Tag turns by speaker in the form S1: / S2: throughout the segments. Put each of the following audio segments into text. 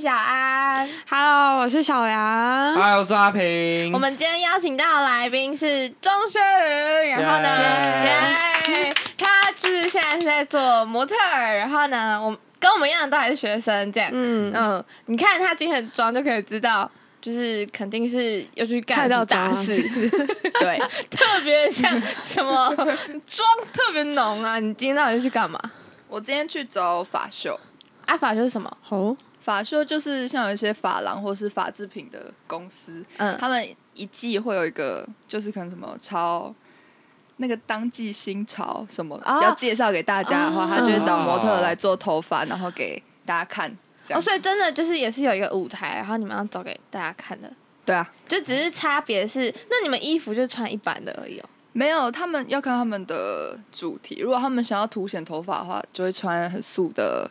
S1: 小安。
S2: 嗯 Hello，我是小 梁。
S3: 嗨，哎我是阿平。
S1: 我 们今天邀请到的来宾是钟薛宇，然后呢，耶、他就是现在是在做模特儿，然后呢，我跟我们一样都还是学生这样，嗯
S2: 嗯
S1: 你看他今天的妆就可以知道。就是肯定是又去干
S2: 看
S1: 了
S2: 到啊
S1: 什么大
S2: 妆
S1: 事，对， 特别像什么妆特别浓啊！你今天到底是去干嘛？
S4: 我今天去找法秀，
S1: 啊，法就是什么？
S2: 哦，
S4: 法秀就是像有一些发廊或是法制品的公司，
S1: 嗯，
S4: 他们一季会有一个，就是可能什么超那个当季新潮什么、
S1: 哦
S4: 要介绍给大家的话，
S1: 哦
S4: 他就会找模特来做头发，然后给大家看。这
S1: 哦，
S4: 样、
S1: 所以真的就是也是有一个舞台，然后你们要走给大家看的，
S4: 对啊，
S1: 就只是差别是，那你们衣服就穿一般的而已哦。
S4: 没有他们要看他们的主题，如果他们想要凸显头发的话，就会穿很素的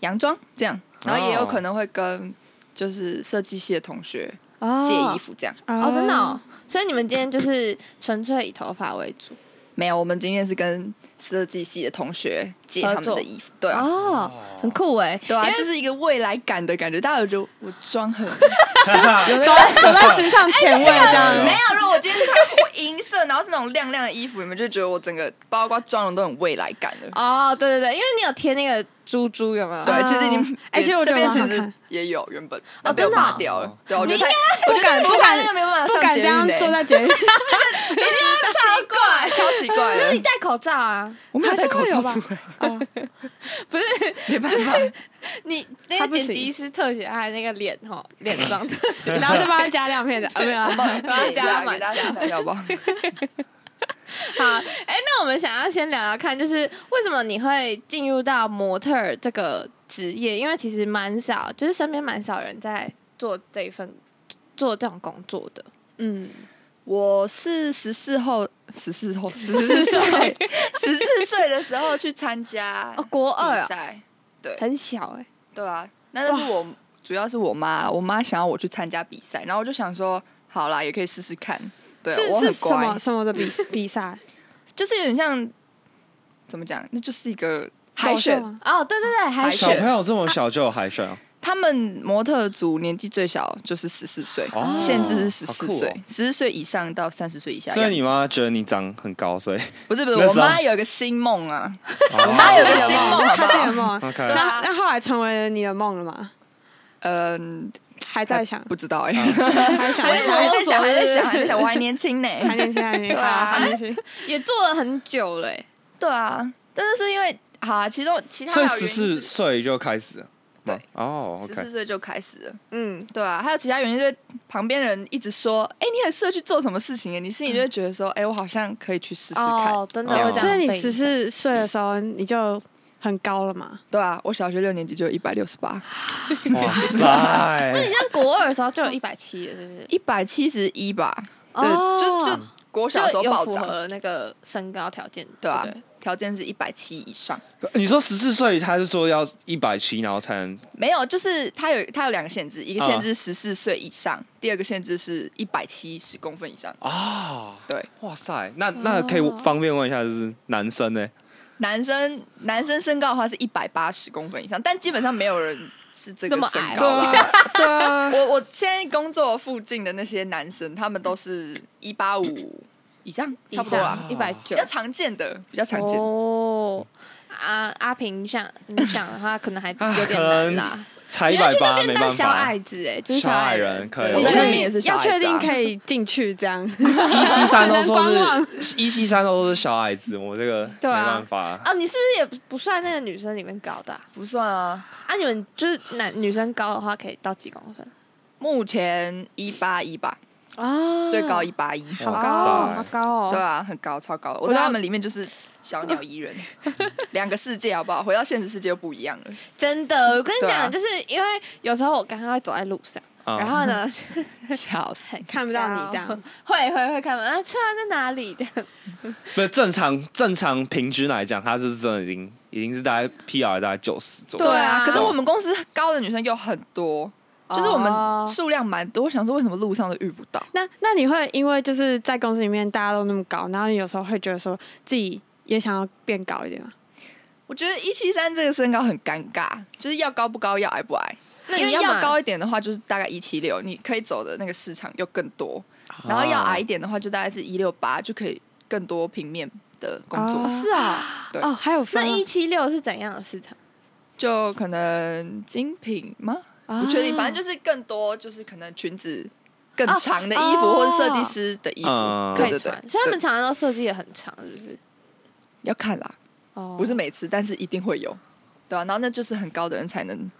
S4: 洋装这样，然后也有
S3: 哦
S4: 可能会跟就是设计系的同学
S1: 哦
S4: 借衣服这样。
S1: 哦，真的、哦，所以你们今天就是纯粹以头发为主
S4: 没有，我们今天是跟设计系的同学借
S1: 合
S4: 他们
S1: 作
S4: 的衣服，对啊，
S1: 哦，很酷哎，
S4: 对啊，
S1: 因为
S4: 就是一个未来感的感觉。大家有觉得我妆很
S2: 走在走在时尚前卫这样。
S4: 没有？如果我今天穿银色，然后是那种亮亮的衣服，你们就觉得我整个包括妆容都很未来感的。
S1: 哦，对对对，因为你有贴那个珠珠，有没有？
S4: 对，
S2: 啊
S4: 其实已经，
S2: 哎其实我觉得
S4: 这边其
S2: 蛮好
S4: 实
S2: 看
S4: 也有原本，
S1: 哦
S4: 被我
S1: 真的哦
S4: 拔掉了。对，我觉
S1: 你
S4: 得太
S2: 不敢不
S4: 我觉得那
S2: 敢
S4: 个没有办法
S2: 不
S4: 上
S2: 敢
S4: 节
S2: 这
S4: 目
S2: 样
S4: 嘞，
S2: 坐在节目，
S4: 超怪，超奇怪
S1: 那你
S4: 的。
S1: 戴口罩啊？
S4: 我没有戴口罩
S2: 还是
S4: 出
S2: 会
S4: 来，
S1: 不是
S4: 没办法，
S1: 你那
S2: 他
S1: 个
S2: 不
S1: 剪
S2: 行
S1: 辑师特写，他的那个脸吼，脸妆特写，
S2: 然后再帮他加亮片的啊，没有啊。
S4: 帮
S1: 帮他加满
S4: 给大家看一下好不好？
S1: 好，哎、那我们想要先聊聊看，就是为什么你会进入到模特儿这个职业？因为其实蛮少，就是身边蛮少人在做这一份做这种工作的。
S2: 嗯，
S4: 我是十四后，十四后，十四岁，十四岁的时候去参加
S1: 哦，国二、
S4: 比
S1: 哦、
S4: 赛，对
S1: 很小哎、
S4: 对啊，那但是我主要是我妈，我妈想要我去参加比赛，然后我就想说，好啦，也可以试试看。对， 我
S2: 啊是是
S4: 很
S2: 什
S4: 乖
S2: 么，什么的比 比赛？
S4: 就是有点像怎么讲，那就是一个海
S2: 走秀
S4: 选。
S2: 吗？
S1: 哦，对对对，海
S3: 小
S1: 选
S3: 朋友这么小就有海选啊
S4: 他们模特组年纪最小就是十四岁，
S3: 哦，
S4: 限制是十
S3: 好
S4: 四
S3: 酷哦
S4: 岁，，十四岁以上到三十岁以下的
S3: 所
S4: 样
S3: 以
S4: 子。
S3: 你妈觉得你长很高，所以
S4: 不是不是，
S3: 那
S4: 我
S3: 时候
S4: 妈有一个新梦啊，
S3: 我
S4: 妈有个
S2: 自
S4: 新
S2: 己的
S4: 梦好
S2: 哦他
S4: 不好
S2: 自己的梦。
S3: 哦 OK，
S4: 对啊
S2: 那那后来成为了你的梦了吗？
S4: 嗯，
S2: 还在想，
S4: 不知道哎、
S3: 啊
S2: 还想，
S4: 还
S1: 还在想
S4: 在想，还在
S1: 对
S4: 想，还在想，我还年轻呢。
S2: 还年轻，还年轻，
S4: 对啊
S2: 还年轻。
S1: 也做了很久了、欸，
S4: 对啊，但是是因为好啊，其中其他
S3: 所
S4: 还有
S3: 以
S4: 原
S3: 十
S4: 因
S3: 四
S4: 是
S3: 岁就开始了。
S4: 对，
S3: 哦
S4: 十
S3: ，OK，
S4: 四岁就开始了，
S1: 嗯，
S4: 对啊，还有其他原因，就是旁边人一直说，哎、你很适合去做什么事情耶，你心里就会觉得说，哎、我好像可以去试试看。
S1: 嗯
S4: 嗯
S1: 哦，真的
S3: 哦
S1: 会这样被影响。
S2: 所以你十四岁的时候你就很高了嘛？
S4: 对啊，我小学六年级就一百六十八，
S3: 哇塞，
S1: 你像国二的时候就有一百七了，是不是？
S4: 一百七十一吧，对，
S1: 哦
S4: 就就国小的时
S1: 就
S4: 候
S1: 有
S4: 暴
S1: 符合
S4: 涨，
S1: 了那个身高条件，
S4: 对啊
S1: 不对？，
S4: 条件是一百七以上，
S3: 你说十四岁，他是说要一百七，然后才能
S4: 没有，就是它有它有两个限制，一
S3: 嗯
S4: 个限制十四岁以上，第二个限制是一百七十公分以上。
S3: 啊？
S4: 对，
S3: 哇塞，那那可以
S1: 哦
S3: 方便问一下，就是男生呢？
S4: 男生男生身高的话是一百八十公分以上，但基本上没有人是这个
S1: 那么
S4: 身
S1: 矮
S4: 高啦。
S3: 对啊，
S4: 我我现在工作附近的那些男生，他们都是一八五以上，哦差不多啦，嗯
S1: 一百
S4: 比
S1: 九
S4: 较常见的，比较常见。
S1: 哦。阿阿平想你想的话，可能还有点难啦。
S3: 才一
S1: 你要
S3: 百
S1: 去那
S3: 八，没
S1: 边当
S3: 办
S1: 小
S3: 法。
S1: 矮子哎，就是
S3: 小
S1: 矮
S3: 矮人可以
S1: 对
S4: 我在
S1: 对
S4: 那边也是小
S2: 要
S4: 矮子啊
S2: 确定可以进去这 样。
S3: 一七三都说
S2: 只能观望
S3: 是，一七三都是小矮子，我这个没
S1: 对啊
S3: 办法。
S1: 哦，你是不是也不算那个女生里面高的啊？
S4: 不算啊，
S1: 啊你们就是男女生高的话，可以到几公分？
S4: 目前一八一吧，
S1: 啊
S4: 最高一八一。
S3: 哇
S1: 好
S3: 塞
S1: 高哦，好高
S4: 对
S1: 哦。
S4: 啊，很高，超高的。我
S2: 我
S4: 在
S2: 到
S4: 他们里面就是小鸟依 人，两个世界好不好？回到现实世界又不一样了。
S1: 真的，我跟你
S4: 对
S1: 讲，
S4: 啊
S1: 就是因为有时候我刚刚会走在路上，
S3: 嗯
S1: 然后呢，
S4: 笑死！
S2: 看不到你这样，
S1: 会会会看到，啊，突然在哪里这样？
S3: 不是正常正常平均来讲，他是真的已经已经是大概 PR 大概九十左右
S4: 对。啊，
S1: 对啊
S4: 可是我们公司高的女生又很多，就是我
S1: 哦
S4: 们数量蛮多。我想说，为什么路上都遇不到？
S2: 那那你会因为就是在公司里面大家都那么高，然后你有时候会觉得说自己也想要变高一点吗？
S4: 我觉得一七三这个身高很尴尬，就是要高不高，要矮不矮。
S1: 那
S4: 因为
S1: 你要
S4: 要
S1: 买
S4: 高一点的话，就是大概一七六，你可以走的那个市场又更多。
S3: 啊
S1: 啊
S4: 然后要矮一点的话，就大概是一六八，就可以更多平面的工作。
S2: 哦
S1: 是啊，
S4: 对
S2: 哦，还有分
S1: 那
S2: 啊
S1: 一七六是怎样的市场？
S4: 就可能精品吗？
S1: 啊
S4: 不确定，反正就是更多，就是可能裙子更长的衣服，
S2: 哦
S4: 或者设计师的衣服，
S3: 嗯
S1: 可
S4: 哦对
S1: 以
S4: 对对
S1: 穿，，所以他们
S4: 对
S1: 常常都设计的很长，是不是？
S4: 要看啦，
S1: 哦
S4: 不是每次，但是一定会有，对啊，然后那就是很高的人才能，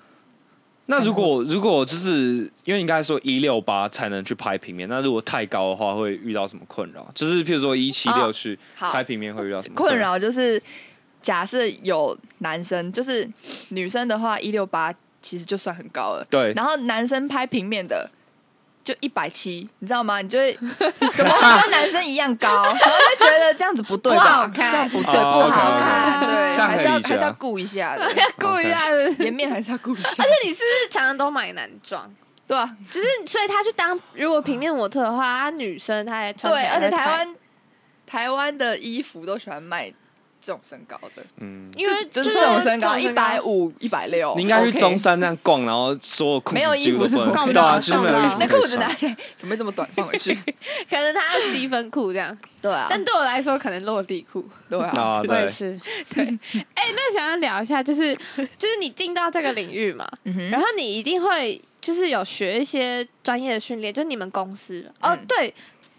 S3: 那如果如果就是因为你刚才说一六八才能去拍平面，那如果太高的话会遇到什么困扰？就是譬如说一七六
S4: 哦
S3: 去
S4: 好
S3: 拍平面会遇到什么
S4: 困？扰就是，假设有男生，就是女生的话，一六八其实就算很高了。
S3: 对，
S4: 然后男生拍平面的就一百七，你知道吗？你就会怎么会跟男生一样高，然后就觉得这样子不对
S1: 不
S4: 吧？
S1: 好看
S4: 这样不对，
S3: 哦
S4: 不好
S3: OK，OK
S4: 看，对，
S3: 这样
S4: 还
S3: 可
S4: 是
S3: 以
S4: 要
S3: 理解啊
S4: 还是要顾一下的，
S1: 故意啊！
S4: 颜面还是要顾一下。
S1: 那你是不是常常都买男装？
S4: 对啊，
S1: 就是所以他去当如果平面模特的话，他女生她也穿起
S4: 对，
S1: 来
S4: 而且
S1: 会
S4: 台
S1: 太，
S4: 湾台湾的衣服都喜欢卖这种身高的，
S3: 嗯，
S1: 因为
S4: 就是
S1: 是
S4: 这种身高，
S1: 这
S4: 一
S1: 种
S4: 百五、一百六，
S3: 你应该去
S4: OK
S3: 中山那样逛，然后所有裤
S4: 没有
S3: 子
S4: 衣
S3: 几乎
S4: 服
S3: 都
S4: 是
S3: 不能
S4: 不
S2: 够
S3: 对啊，
S2: 的
S3: 其实没有
S2: 逛不
S3: 衣
S2: 到
S3: 服可
S4: 那
S3: 以
S4: 裤子
S3: 穿
S4: 哪里？怎么会这么短？放回 去。
S1: 可能他要七分裤这样，
S4: 对啊
S1: 哦但对我来说可能落地裤。
S4: 对啊，
S3: 啊，
S2: 我也
S3: 对，
S2: 是，
S1: 哎、 那想要聊一下， 就是就是你进到这个领域嘛，
S4: 嗯哼
S1: 然后你一定会就是有学一些专业的训练，就是你们公司的哦，
S4: 嗯
S1: 对，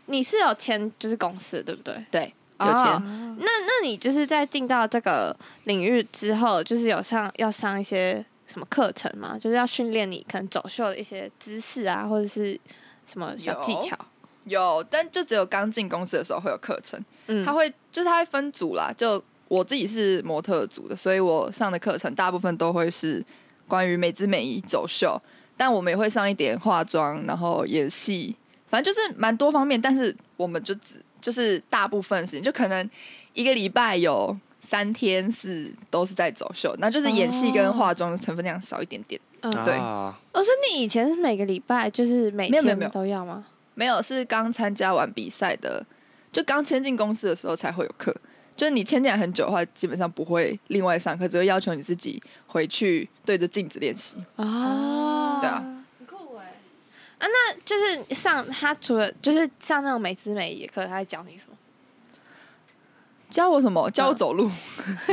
S1: 你是有签就是公司的对不对？
S4: 对，有
S1: 哦
S4: 钱。
S1: 那那你就是在进到这个领域之后，就是有上要上一些什么课程吗？就是要训练你可能走秀的一些姿势啊，或者是什么小技巧？
S4: 有，但就只有刚进公司的时候会有课程，
S1: 嗯
S4: 他会就是他会分组啦。就我自己是模特组的，所以我上的课程大部分都会是关于美姿美仪走秀，但我们也会上一点化妆，然后演戏，反正就是蛮多方面。但是我们就只就是大部分时间，就可能一个礼拜有三天是都是在走秀，那就是演戏跟化妆的成分量少一点点。
S1: 嗯，
S4: 对
S3: 啊
S1: 我说你以前是每个礼拜就是每
S4: 没有没有
S1: 天
S4: 没有
S1: 都要吗？
S4: 没有，是刚参加完比赛的，就刚签进公司的时候才会有课。就是你签进来很久的话，基本上不会另外上课，只会要求你自己回去对着镜子练习。
S1: 啊，
S4: 对啊，
S1: 很酷哎、啊，那就是上他除了就是上那种美姿美仪的课，他在教你什么？
S4: 教我什么？教我走路，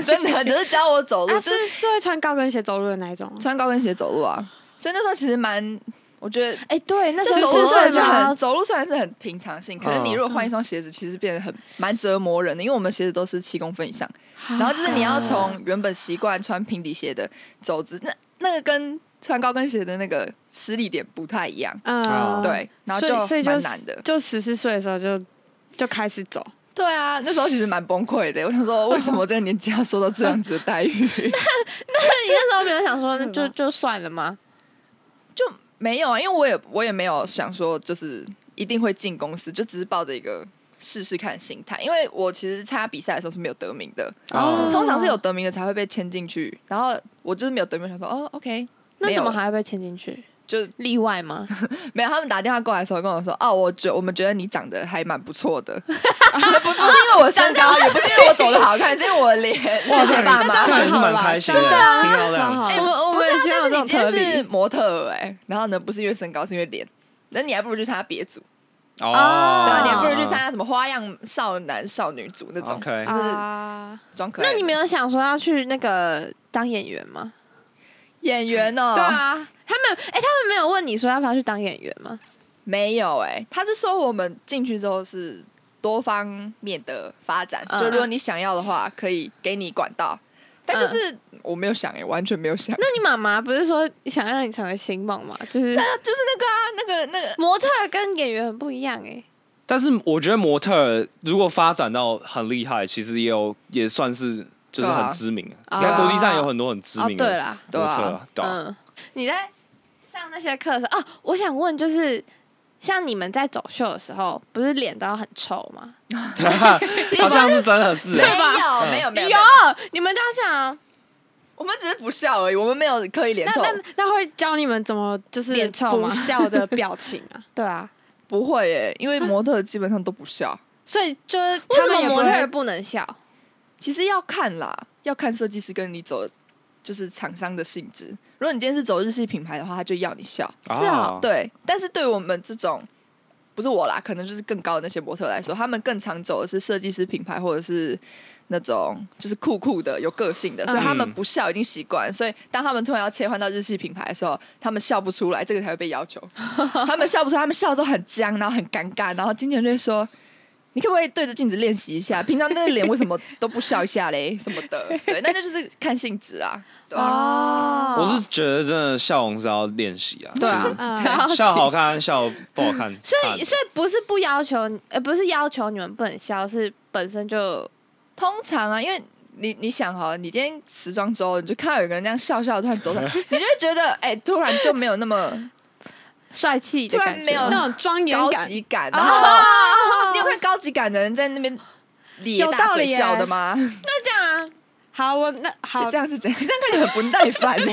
S4: 真的就是教我走路，
S2: 啊
S4: 就是
S2: 是是会穿高跟鞋走路的那一种吗，
S4: 穿高跟鞋走路啊。所以那时候其实蛮，我觉得。
S1: 哎、对，那
S4: 就
S1: 时
S4: 走
S1: 候
S4: 路
S1: 14
S4: 虽然
S1: 岁
S4: 是很
S1: 吗？
S4: 走路虽然是很平常性，可是你如果换一双鞋子，其实变得很蛮折磨人的，因为我们鞋子都是七公分以上，然后就是你要从原本习惯穿平底鞋的走姿，那那个跟穿高跟鞋的那个施力点不太一样，
S2: 嗯，
S3: 哦
S4: 对，然后就
S2: 所以所以
S4: 蛮
S2: 就
S4: 难的。
S2: 就十四岁的时候就就开始走，
S4: 对啊，那时候其实蛮崩溃的，我想 说为什么我这个年纪要受到这样子的待遇？
S1: 那你那时候没有想说，那就就算了吗？
S4: 就没有啊，因为我也我也没有想说就是一定会进公司，就只是抱着一个试试看的心态，因为我其实参加比赛的时候是没有得名的，
S3: 啊，
S4: 通常是有得名的才会被签进去，然后我就是没有得名，我想说哦，OK，
S1: 那
S4: 没有
S1: 怎么还会被签进去？
S4: 就
S1: 例外吗？
S4: 没有，他们打电话过来的时候跟我说：“哦，我觉我们觉得你长得还蛮不错 的，不不是因为我身高，也不是因为我走的好看，是因为我脸。”谢 谢爸妈
S3: 这。样也是蛮开心的，
S2: 对啊
S3: 挺好
S2: 蛮好
S3: 的。
S2: 的
S1: 哎我们我们也希望有这种
S4: 但是你今天
S1: 特
S4: 是
S1: 例
S4: 模特哎、然后呢，不是因为身高，是因为脸。那你还不如去参加别组，
S3: 哦
S4: 对
S1: 啊
S4: 啊，你还不如去参加什么花样少男少女组那种
S3: OK
S4: 哎就是
S2: 啊，
S4: 装可爱
S1: 那
S4: 的。
S1: 你没有想说要去那个当演员吗？
S4: 演员哦？
S1: 对，啊，他们哎、他们没有问你说要不要去当演员吗？
S4: 没有哎、他是说我们进去之后是多方面的发展，
S1: 嗯
S4: 就如果你想要的话，可以给你管道。但就是、我没有想哎、完全没有想。
S1: 那你妈妈不是说想让你成为星梦吗？就是
S4: 那就是那个啊，那个那个，
S1: 模特儿跟演员很不一样哎、
S3: 但是我觉得模特儿如果发展到很厉害，其实也有也算是就是
S4: 对
S3: 很
S4: 啊
S3: 知名的。
S1: 啊
S3: 你看国际上有很多很知
S1: 哦，
S3: 名
S1: 对
S3: 的
S1: 啦，
S3: 模特
S4: 对
S3: 儿，对啊，
S1: 嗯，你在上那些课的时候，哦，我想问就是。像你们在走秀的时候，不是脸都要很臭吗？
S4: 其实
S3: 好像是真的是
S4: 没
S3: 欸。
S4: 有
S3: 嗯
S4: 没有没有，
S1: 有，你们都要这样哦，
S4: 我们只是不笑而已，我们没有刻意脸
S2: 那
S4: 臭，
S2: 那那会教你们怎么就是
S1: 脸臭
S2: 不
S1: 吗
S2: 笑的表情 啊？
S1: 对啊。
S4: 不会耶，因为模特基本上都不笑。
S2: 所以就是
S1: 为
S2: 他
S1: 什
S2: 们
S1: 么
S2: 也不
S1: 模特
S2: 会
S1: 儿不能笑？
S4: 其实要看啦，要看设计师跟你走的就是厂商的性质。如果你今天是走日系品牌的话，他就要你笑。
S2: 是啊，
S3: 哦
S4: 对，但是对我们这种不是我啦，可能就是更高的那些模特来说，他们更常走的是设计师品牌或者是那种就是酷酷的、有个性的，所以他们
S3: 嗯
S4: 不笑已经习惯，所以当他们突然要切换到日系品牌的时候，他们笑不出来，这个才会被要求。他们笑不出来，他们笑之后很僵，然后很尴尬，然后经纪人就会说。你可不可以对着镜子练习一下？平常那个脸为什么都不笑一下嘞？什么的，对，那那就是看性质啦。对啊
S1: 嗯
S2: 哦，
S3: 我是觉得真的笑容是要练习啊，
S4: 对啊
S3: 就是
S2: 嗯
S1: 然后
S3: 笑好看笑不好看，
S1: 所以
S3: 差
S1: 所以不是不要求你，呃，不是要求你们不能笑，是本身就
S4: 通常啊，因为你你想哈，你今天时装周，你就看到有个人这样笑笑突然走出来，你就会觉得哎、突然就没有那么
S1: 帅气
S4: 突
S1: 的
S4: 然
S1: 感觉，
S4: 没有
S2: 那种庄严
S4: 高
S2: 感，
S4: 级感，然后你有看高级感的人在那边咧
S2: 有
S4: 大
S2: 道
S4: 嘴
S2: 理耶
S4: 笑的吗？
S1: 那这样啊，
S2: 好，我那好，
S4: 这样是怎样？那个你很不耐烦呢、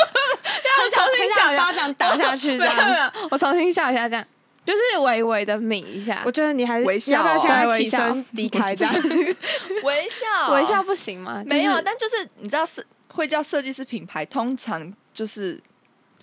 S2: 很想很想巴掌打下去这
S1: 没有没
S2: 样。
S1: 有，我重新笑一下，这样就是微微的抿一下
S2: 我，觉得你还是
S4: 微笑哦
S2: 你要不要现
S1: 对
S2: 在
S1: 微
S2: 起
S1: 笑
S2: 身离开这样？
S4: 微笑，
S1: 微笑不行吗？
S4: 哦没有
S1: 就，是
S4: 但就是你知道是会叫设计师品牌，通常就是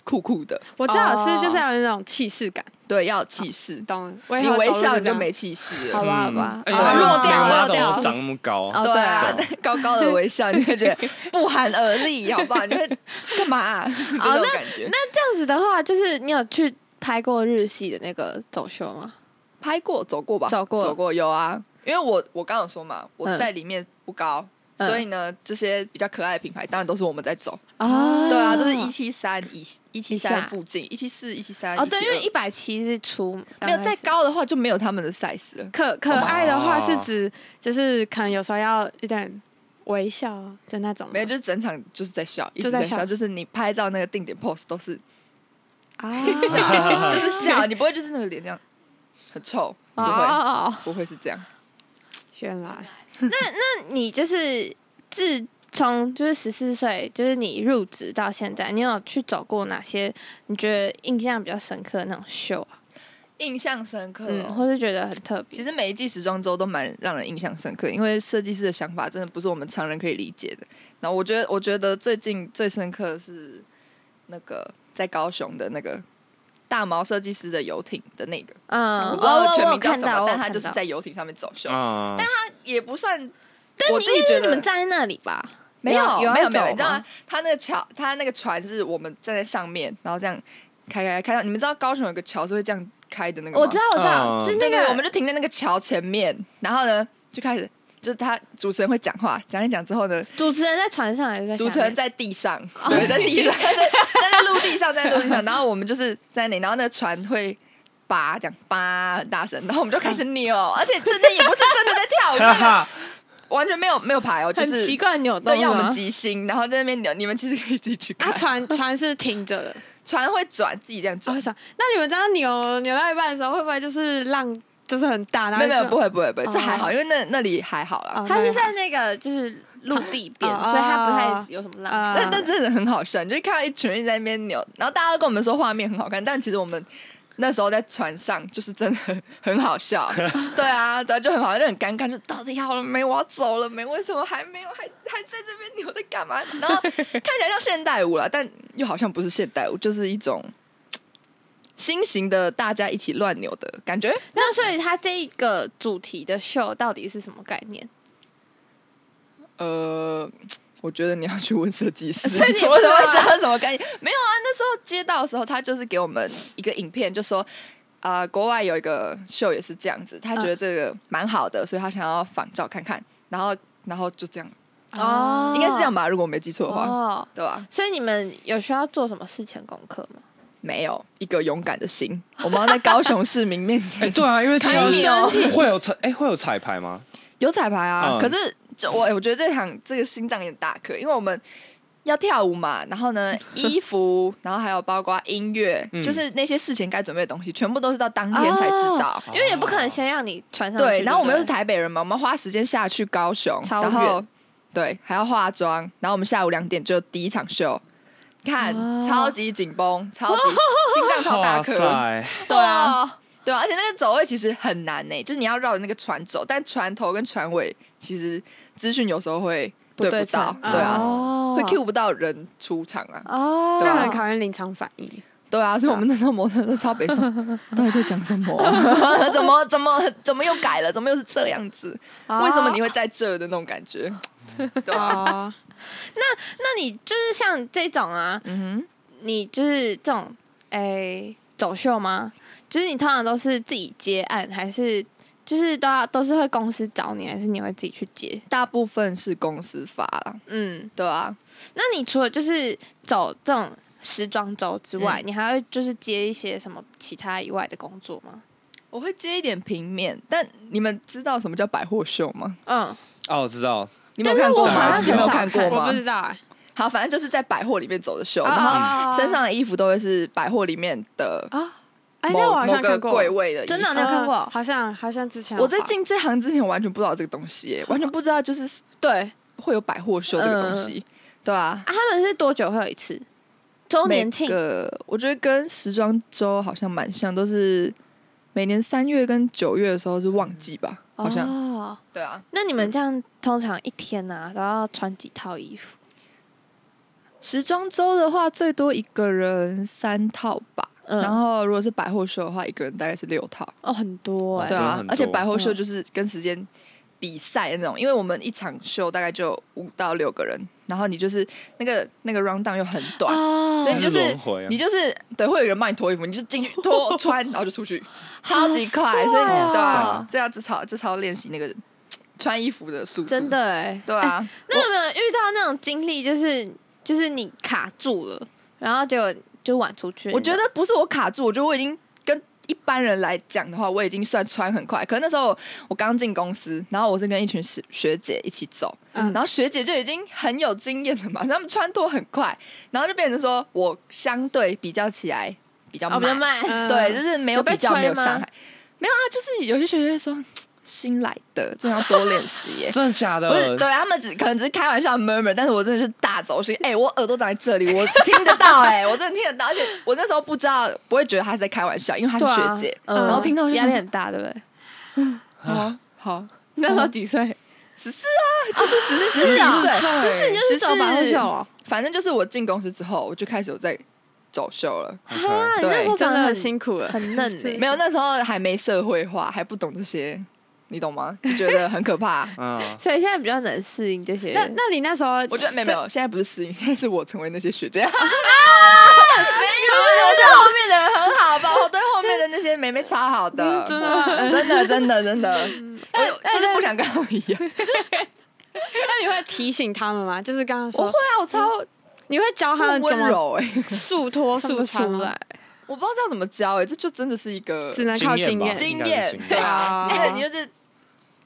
S4: 酷酷的，
S2: 我知道是就是要有那种气势感，
S4: 对，要有气势。
S2: 懂？
S4: 你微笑你就
S2: 没。
S4: 没气势了，
S2: 好吧好吧
S3: 嗯，而且
S2: 啊
S3: 那个
S2: 弱掉
S3: 美国
S2: 弱掉
S3: 那种长那么高，
S1: 哦
S4: 对
S1: 对
S4: 啊
S1: 啊，
S4: 那 高高的微笑，你会觉 得不寒而栗，好不 好？你会干嘛啊、
S1: 好
S4: 那种感觉。那
S1: 这样子的话，就是你有去拍过日系的那个走秀吗？
S4: 拍过走过吧，
S1: 走过
S4: 走过有啊，嗯因为我我刚有说嘛，我在里面不高。
S1: 嗯
S4: 所以呢，这些比较可爱的品牌，当然都是我们在走。
S2: 啊
S4: 对啊，都是一七三以一七
S1: 下
S4: 三附近，一七四、一七三。
S1: 哦，对，因为一
S4: 172
S1: 百七是出
S4: 没有再高的话，就没有他们的 size 了。
S2: 可可爱的
S4: 哦
S2: 话是指就是可能有时候要有点微笑的那种吗，
S4: 没有，就是整场就是在笑，一直
S2: 就在
S4: 在
S2: 笑
S4: 笑，就是你拍照那个定点 pose 都是
S2: 啊，
S4: 就是笑，你不会就是那个脸这样很臭，不会
S1: 哦，
S4: 不会是这样。
S2: 原来
S1: 那你就是自从就是十四岁，就是你入职到现在，你有去走过哪些你觉得印象比较深刻的那种秀啊？
S4: 印象深刻、
S1: 嗯，
S4: 哦。
S1: 或是觉得很特别？
S4: 其实每一季时装周都蛮让人印象深刻，因为设计师的想法真的不是我们常人可以理解的。然后我觉得，我觉得最近最深刻的是那个在高雄的那个大毛设计师的游艇的那个，
S1: 嗯，
S4: 我不知
S1: 我
S4: 道全
S1: 我有
S4: 名叫
S1: 看
S4: 什
S1: 到，
S4: 么，
S1: 我有
S4: 但他就是
S1: 看到
S4: 在游艇上面走秀，
S3: 啊，
S4: 也不算。
S1: 但
S4: 我
S1: 你
S4: 自己
S1: 应该
S4: 觉
S1: 是
S4: 得
S1: 你们站在那里吧？
S4: 没有
S1: 有啊
S4: 没有
S1: 要
S4: 没有，
S1: 走
S4: 你知道
S1: 吗
S4: 吗？他那个桥，他那个船是我们站在上面，然后这样开开开开到，你们知道高雄有个桥是会这样开的那个吗？
S1: 我知道，我知道，
S3: 嗯
S1: 就是那
S4: 那
S1: 个
S4: 个我们就停在那个桥前面，然后呢就开始，就是他主持人会讲话，讲一讲之后呢，
S1: 主持人在船上还是在下
S4: 主
S1: 面哦
S4: 持人在地上，对，在地上，在在在陆地上，在陆地上，然后我们就是在那里，然后那个船会。叭，讲叭，很大声，然后我们就开 始扭，而且真的也不是真的在跳
S3: 哈
S4: 舞，真的
S3: 哈，
S4: 完全没有没有牌哦，就
S1: 很
S4: 是
S1: 奇怪的扭动
S4: 对，
S1: 吗，
S4: 要我们即兴，然后在那边扭，你们其实可以自己去看
S2: 啊， 船船是停着的，
S4: 船会转，自己这样
S2: 我
S4: 转
S2: 会，想，那你们这样扭扭到一半的时候，会不会就是浪就是很大？然
S4: 没
S2: 后
S4: 有没有，
S2: 就
S4: 不会不会不会，这还
S2: 哦
S4: 好，因为那那里还好啦，
S2: 哦
S1: 它是在那个就是陆地边，
S2: 哦
S1: 所以它不太有什么浪。
S2: 啊
S4: 但但真的很好笑，你就看到一群人在那边扭，然后大家都跟我们说画面很好看，但其实我们那时候在船上就是真的很 好笑，对啊，对啊，就很好笑，就很尴尬，就到底好了没？我要走了没？为什么还没有？还还在这边扭在干嘛？然后看起来像现代舞了，但又好像不是现代舞，就是一种。新型的大家一起乱扭的感觉，
S1: 那所以它这一个主题的秀到底是什么概念？
S4: 呃，我觉得你要去问设计师，
S1: 所以你也不
S4: 我
S1: 知
S4: 怎
S1: 道
S4: 么
S1: 啊
S4: 会知道什么概念？没有啊，那时候接到的时候，他就是给我们一个影片，就说。啊、国外有一个秀也是这样子，他觉得这个蛮好的，所以他想要仿照看看，然后然后就这样，
S1: 哦
S4: 应该是这样吧？如果我没记错的话，
S1: 哦，
S4: 对吧？
S1: 所以你们有需要做什么事前功课吗？
S4: 没有一个勇敢的心，我们要在高雄市民面 前，
S3: 哎，对啊，因为其
S4: 开
S3: 实
S4: 心哦
S3: 会有彩，哎，会有彩排吗？
S4: 有彩排啊，
S3: 嗯
S4: 可是就我我觉得这场这个心脏有点大颗，因为我们要跳舞嘛，然后呢，衣服，然后还有包括音乐，
S3: 嗯
S4: 就是那些事前该准备的东西，全部都是到当天才知道。
S1: 因为也不可能先让你传上去。
S4: 对，然后我们又是
S1: 对
S4: 台北人嘛，我们花时间下去高雄，
S1: 超
S4: 然后
S1: 远
S4: 对还要化妆，然后我们下午两点就有第一场秀，看、
S1: 哦
S4: 超级紧绷，超级心脏超大
S3: 哇
S4: 颗，
S3: 塞，
S1: 不对
S4: 对啊。
S1: 哦
S4: 对啊，而且那个走位其实很欸难呢、就是你要绕着那个船走，但船头跟船尾其实资讯有时候会对
S2: 对
S4: 不到
S2: 称，
S4: 对啊，
S2: 哦
S4: 会 Q 不到人出场啊。
S2: 哦，
S4: 对啊
S2: 那很考验临场反应。
S4: 对啊，所以我们那时候模特都超悲 伤，到底在讲什么啊？ 怎么怎么怎么又改了？怎么又是这样子？为什么你会在这的那种感觉？对啊，
S2: 哦，
S1: 那你就是像这种啊，
S4: 嗯
S1: 你就是这种诶、走秀吗？就是你通常都是自己接案，还是就是都要都是会公司找你，还是你会自己去接
S4: 哼？，大部分是公司发啦，
S1: 嗯，
S4: 对啊，
S1: 那你除了就是走这种时装周之外，你还会就是接一些什么其他以外的工作吗？
S4: 我会接一点平面，但你们知道什么叫百货秀吗？
S1: 嗯，
S3: 哦，我知道，
S4: 你们有看过
S3: 但是我好
S4: 吗？
S3: 像
S4: 你们
S3: 很
S4: 有
S3: 少
S4: 看过啊
S2: 我不
S4: 吗？
S2: 知道哎，
S4: 好，反正就是在百货里面走的秀，
S2: 哦
S4: 然后
S2: 哦哦
S4: 身上的衣服都会是百货里面的
S2: 啊，哎，那
S4: 某
S2: 我好
S4: 某
S2: 像
S4: 个
S2: 看过，
S4: 柜位的衣服。
S1: 真的
S2: 嗯
S1: 你有看过
S2: 好像好像之前有
S4: 我在
S2: 滑
S4: 进这行之前，我完全不知道这个东西耶，完全不知道就是
S1: 对
S4: 会有百货秀这个东
S2: 嗯
S4: 西，对啊。
S1: 啊，他们是多久会有一次？周年庆
S4: 每个我觉得跟时装周好像蛮像，都是每年三月跟九月的时候是旺季吧，
S2: 嗯
S4: 好像。
S1: 哦。
S4: 对啊，
S1: 那你们这样通常一天啊都要穿几套衣服？
S4: 时装周的话最多一个人三套吧，
S1: 嗯
S4: 然后如果是百货秀的话，一个人大概是六套。
S1: 哦，很多哎、
S4: 对
S3: 真的
S4: 啊
S3: 很，多
S4: 而且百货秀就是跟时间比赛的那种，因为我们一场秀大概就五到六个人，然后你就是那个那个 round down 又很短，
S1: 哦
S4: 所以你就
S3: 就是轮回啊
S4: 你。就是对，会有人帮你脱衣服，你就进去脱穿，然后就出去，超级快，
S1: 好帅哦
S4: 所以你对
S3: 好
S4: 啊
S3: 帅，。
S4: 这样至少至少练习那个穿衣服的速度，
S1: 真的哎、
S4: 对啊，
S1: 那有没有遇到那种经历，就是就是你卡住了，然后就就晚出去？
S4: 我觉得不是我卡住，我觉得我已经跟一般人来讲的话，我已经算穿很快。可是那时候我刚进公司，然后我是跟一群学学姐一起走，
S2: 嗯
S4: 然后学姐就已经很有经验了嘛，所以她们穿脱很快，然后就变成说我相对比较起来比较
S1: 哦
S4: 慢，
S1: 比较慢，
S2: 嗯
S4: 对，就是没有
S1: 有被
S4: 比较
S1: 催
S4: 没有
S1: 吗
S4: 伤害，没有啊，就是有些学姐会说嗯新来的，真的要多练习耶
S3: 真的假的
S4: 不？是，对他们只可能只是开玩笑 murmur，但是我真的是大走心。哎、我耳朵长在这里，我听得到、哎， 我真的听得到，而且我那时候不知道，不会觉得他是在开玩笑，因为他是
S1: 对
S4: 学
S1: 啊
S4: 姐。
S1: 嗯
S4: 然后听到我就
S1: 压力
S4: 想
S1: 很大，对不对？
S4: 好好，
S2: 那时候 几岁？
S4: 就是十四
S1: 啊是啊
S4: 十
S1: 是你就是走百货秀哦，
S4: 反正就是我进公司之后，我就开始有在走秀了。
S3: OK。
S1: 啊，你那时候
S2: 真
S1: 长得
S2: 的很
S1: 很
S2: 辛苦了。
S1: 很嫩哎、
S4: 没有，那时候还没社会化，还不懂这些，你懂吗？就觉得很可怕
S3: 嗯，
S1: 所以现在比较能适应这些。
S2: 那那你那时候，
S4: 我觉得没有没有，现在不是适应，现在是我成为那些学姐。没有，
S1: 有
S4: 我对后面的人很好吧，我对后面的那些妹妹超好的，
S2: 真的吗？
S4: 真的真的真的，我就是不想跟他们一样。
S2: 那你会提醒他们吗？就是刚刚
S4: 我
S2: 说
S4: 会，啊，我超
S2: 你会教他们怎
S4: 温
S2: 么
S4: 柔哎，
S2: 速脱
S1: 看不
S2: 速穿
S1: 出
S2: 吗？
S1: 来，
S4: 我不知道这样怎么教哎，这就真的是一个
S2: 只能靠经
S3: 经验吧
S2: 验。
S4: 经
S3: 应该是
S4: 验
S3: 经验
S4: 对啊，
S2: 对啊
S4: 对，你就是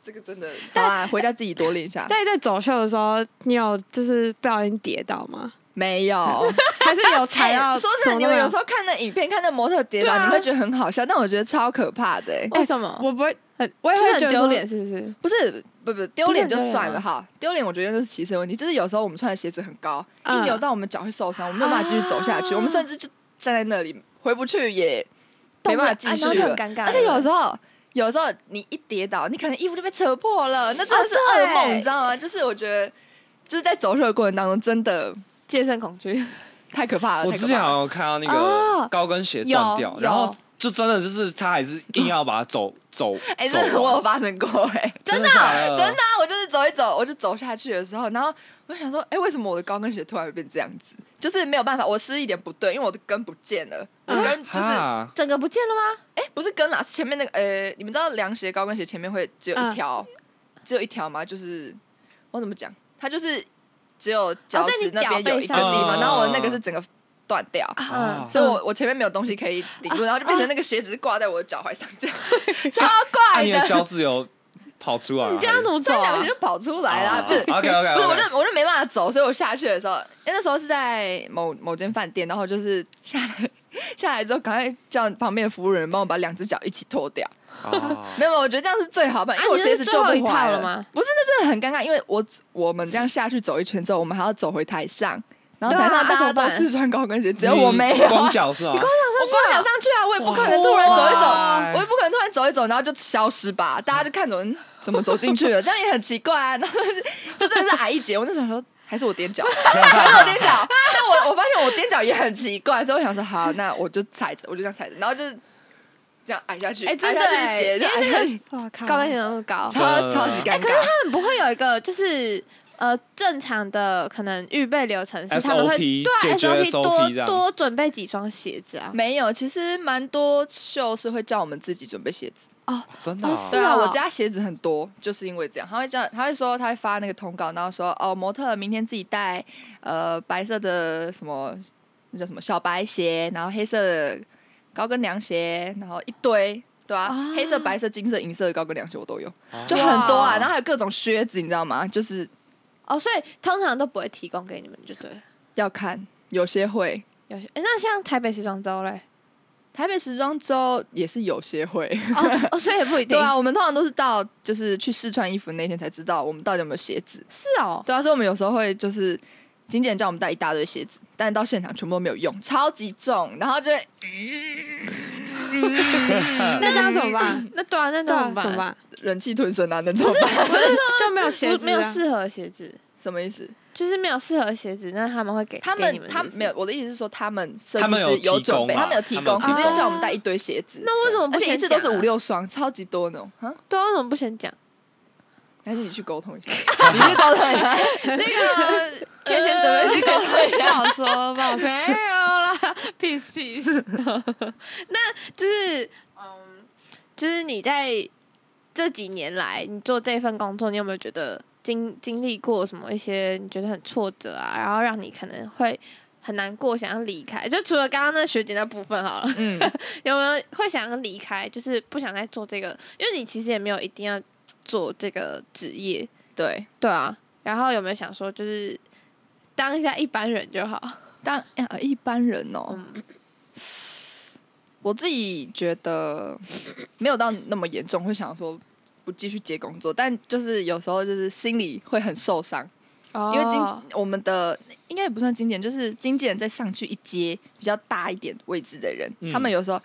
S4: 这个真的，好啊，回家自己多练一下。
S2: 但在走秀的时候，你有就是不小心跌倒吗？
S4: 没有，
S2: 还是有踩到
S4: 哎
S2: 什
S4: 说
S2: 么都
S4: 真
S2: 没？
S4: 的，你们有时候看那影片，看那模特跌倒，
S2: 对啊
S4: 你们会觉得很好笑，但我觉得超可怕的哎。
S1: 为什么？
S2: 我不会，
S1: 很
S2: 我也
S1: 就是
S2: 会
S1: 很
S2: 觉得
S1: 丢
S2: 说
S1: 脸，是不是？
S4: 不是，不不，丢脸就算
S1: 不是
S4: 了
S1: 很
S4: 哈。丢脸我觉得那是其次的问题，就是有时候我们穿的鞋子很高，
S2: 嗯
S4: 一扭到我们脚会受伤，我们没有办法继续走下去，
S1: 啊
S4: 我们甚至就站在那里回不去也没办法继续
S1: 动不了哎然后就很
S4: 了。
S1: 尴尬
S4: 而且有时
S1: 候
S4: 候，有时候你一跌倒，你可能衣服就被扯破了，那真的是噩
S1: 啊对
S4: 梦，你知道吗？就是我觉得，就是在走秀的过程当中，真的
S1: 戒慎恐惧，
S4: 太可怕了。
S3: 我
S4: 太
S3: 之
S4: 可
S3: 前
S4: 怕了
S3: 好像看到那
S1: 哦
S3: 个高跟鞋断掉
S1: 有，
S3: 然后
S1: 有
S3: 就真的就是他还是硬要把它走走
S4: 哎，
S3: 走
S4: 真的我有
S3: 完，
S4: 发生过哎、
S3: 真的假的
S4: 真的啊、我就是走一走，我就走下去的时候，然后我就想说，哎、为什么我的高跟鞋突然会变这样子？就是没有办法，我失一点不对，因为我的跟不见了，我
S3: 嗯
S4: 跟就是哎、
S3: 哈
S1: 整个不见了吗？
S4: 不是跟啦，是前面那个呃，你们知道凉鞋、高跟鞋前面会只有一条，只有一条吗？就是我怎么讲，它就是只有脚
S1: 在你
S4: 趾那边
S1: 脚背
S4: 有一个
S1: 上
S4: 地方，
S3: 嗯
S4: 然后我那个是整个断掉。
S3: 啊
S4: 所以我我前面没有东西可以顶住，然后就变成那个鞋子是挂在我的脚踝上， 这样超
S3: 啊
S4: 怪
S3: 你的
S4: 的。
S3: 脚趾有跑出来吗，
S1: 你这样怎么走
S4: 这两
S1: 啊
S4: 个？就跑出来啦，不是
S3: OK OK，
S4: 不是，我就我就没办法走，所以我下去的时候，因为那时候是在某某间饭店，然后就是下来下来之后，赶快叫旁边的服务人帮我把两只脚一起脱掉。
S3: 啊
S4: 没有，没有我觉得这样是最好办，因为
S1: 啊
S4: 我
S1: 啊你是
S4: 鞋子救
S1: 最后
S4: 不
S1: 一
S4: 回来
S1: 套了吗？
S4: 不是，那真的很尴尬，因为我我们这样下去走一圈之后，我们还要走回台上。然后台
S1: 对啊
S4: 上大
S1: 那
S4: 家
S1: 怎么
S4: 都
S1: 办
S4: 是穿高跟 鞋，只有我没有。
S3: 光脚是吗？
S4: 我光脚上去啊，我也不可能突然走一
S3: 哇
S4: 走，我也不可能突然走一走，然后就消失吧。大家就看着我嗯怎么走进 去了，这样也很奇怪啊。 然后就真的是矮一截，我就想说。还是我踮 脚，还是我踮脚。但我我发现我踮脚也很奇怪，所以我想说，好，那我就踩着，我就这样踩着，然后就是这样矮下去，
S1: 哎真的
S4: 矮下
S1: 哎
S4: 去
S1: 因为
S4: 因为
S2: 哇靠
S1: 高跟鞋那么高
S4: 那个，超超级尴
S1: 哎可
S4: 尬
S1: 是。他们不会有一个就是呃正常的可能预备流程是他们会
S3: SOP
S1: 对啊
S3: 解决
S1: SOP
S3: SOP 这
S1: 多
S3: 样
S1: 多准备几双鞋子啊。
S4: 没有，其实蛮多秀是会叫我们自己准备鞋子。
S3: 真的啊
S1: 是
S4: 对啊，
S1: 哦
S4: 我家鞋子很多，就是因为这样，他会叫，他会说，他会发那个通告，然后说，哦，模特儿明天自己带，呃，白色的什么，那叫什么小白鞋，然后黑色的高跟凉鞋，然后一堆，对啊，
S1: 啊
S4: 黑色、白色、金色、银色的高跟凉鞋我都有，
S3: 哦
S4: 就很多啊，
S1: 哇
S4: 然后还有各种靴子，你知道吗？就是
S1: 哦，所以通常都不会提供给你们，就对了。
S4: 要看，有些会。
S1: 有些、哎诶那像台北时装周 嘞，
S4: 台北时装周也是有些会，
S1: 哦，哦所以也不一定。
S4: 对 啊，我们通常都是到就是去试穿衣服那天才知道我们到底有没有鞋子。
S1: 是哦，
S4: 对啊，所以我们有时候会就是经纪人叫我们带一大堆鞋子，但是到现场全部都没有用，超级重，然后就会
S2: 那这样怎么办？
S1: 那对啊，那
S2: 对
S1: 怎
S2: 啊，
S1: 么
S2: 怎么
S1: 办？
S2: 办？
S4: 忍气吞声啊，能怎么办？
S1: 不是啊说
S2: 就没有鞋
S1: 不
S2: 子，
S1: 没有。适合的鞋子，
S4: 什么意思？
S1: 就是没有适合的鞋子，那他们会给
S4: 他
S1: 给你
S4: 们
S1: 们
S4: 他
S1: 是不是
S4: 没有，我的意思是说他们设
S3: 他
S4: 计
S3: 们有
S4: 师有
S3: 提供
S4: 准备，
S3: 啦
S4: 他们有提
S3: 他们有
S4: 供，
S3: 提
S4: 可是又
S1: 供
S4: 叫我们带一堆鞋子，
S1: 那为什么不
S4: 而且
S1: 先
S4: 一次
S1: 讲
S4: 都
S1: 啊
S4: 是五，六双，超级多那种。啊，
S1: 对啊，为什么不先讲？
S4: 还是你去沟通一下， 你去沟通一下，
S1: 那 个呃
S4: 天天准备去沟通一
S2: 不
S4: 下。
S2: 好说，不好 说。
S1: 没有啦，peace peace。那就是嗯，就是你在这几年来，你做这份工作，你有没有觉得经经历过什么一些你觉得很挫折啊，然后让你可能会很难过，想要离开？就除了刚刚那学姐那部分好了，
S4: 嗯，
S1: 有没有会想要离开？就是不想再做这个，因为你其实也没有一定要做这个职业，
S4: 对。
S1: 对啊。然后有没有想说，就是当一下一般人就好？
S4: 当呃一般人哦，我自己觉得没有到那么严重，会想说不继续接工作，但就是有时候就是心里会很受伤，因为经
S1: 哦
S4: 我们的应该也不算经纪人，就是经纪人再上去一阶比较大一点位置的人，
S3: 嗯
S4: 他们有时候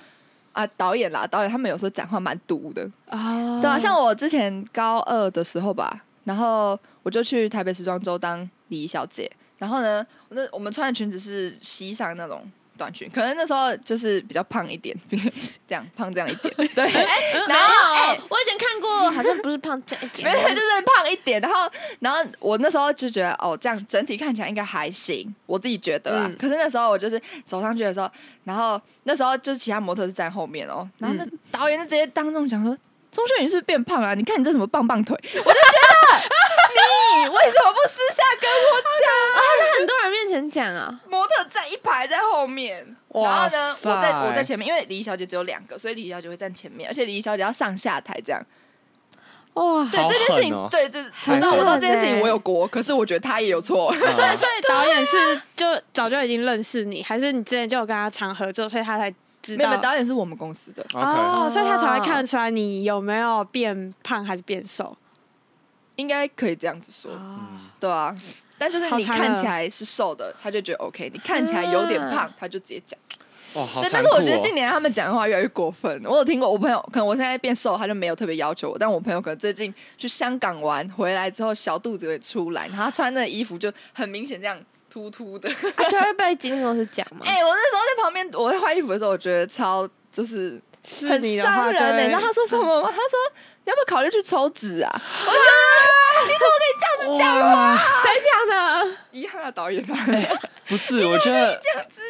S4: 啊导演啦，导演他们有时候讲话蛮毒的，
S1: 哦
S4: 对啊，像我之前高二的时候吧，然后我就去台北时装周当礼仪小姐。然后呢，我那我们穿的裙子是西上那种短裙，可能那时候就是比较胖一点， 这样胖这样一点， 对，然后哎、
S1: 没有，我以前看过，好像不是胖这一
S4: 没
S1: 点
S4: 有，就是胖一点。然后，然后我那时候就觉得，哦，这样整体看起来应该还行，我自己觉得啊。
S1: 嗯
S4: 可是那时候我就是走上去的时候，然后那时候就是其他模特是站后面哦，
S3: 嗯
S4: 然后那导演就直接当众讲说：“钟铉，你是不是变胖啊了、你看你这什么棒 棒腿！”我就觉得你为什么不私下跟我讲？
S1: 哦在很多人面前讲 啊，
S4: 模特站一排在后面，然后
S3: 哇
S4: 呢，
S3: 塞
S4: 我在我在前面，因为礼仪小姐只有两个，所以礼仪小姐会站前面，而且礼仪小姐要上下台这样。
S1: 哇，
S4: 对
S3: 好
S4: 这件事情，
S3: 狠哦
S4: 对对，我 知道我知道这件事情
S1: 狠
S4: 我
S1: 欸
S4: 有过，可是我觉得他也有错。
S2: 所以，所以导演是就早就已经认识你，还是你之前就有跟他常合作，所以他才知
S4: 没有，没
S2: 道
S4: 有？导演是我们公司的，
S3: OK，
S2: 哦，所以他才会看得出来你有没有变胖还是变瘦。
S4: 应该可以这样子说，
S2: 嗯
S4: 对啊。但就是
S2: 好
S4: 你
S2: 残
S4: 看
S2: 忍
S4: 起来是瘦的，他就觉得 OK；你看起来有点胖，他就直接讲。
S3: 哇，好
S4: 对，
S3: 残
S4: 但是
S3: 酷
S4: 我觉得近
S3: 哦！
S4: 年他们讲的话越来越过分。我有听过我朋友，可能我现在变瘦，他就没有特别要求我。但我朋友可能最近去香港玩回来之后，小肚子会出来，然后他穿那个衣服就很明显这样突突的。
S1: 啊就会被经纪公司讲嘛。
S4: 哎、我那时候在旁边，我在换衣服的时候，我觉得超就是
S2: 是
S4: 很
S2: 你的
S4: 伤
S2: 话
S4: 人
S2: 就
S4: 呢、
S2: 会
S4: 然后他说什么吗？他说你要不要考虑去抽脂啊？
S3: 哇，
S1: 谁讲的？
S4: 遗憾啊，导演啊，
S3: 不是，我觉得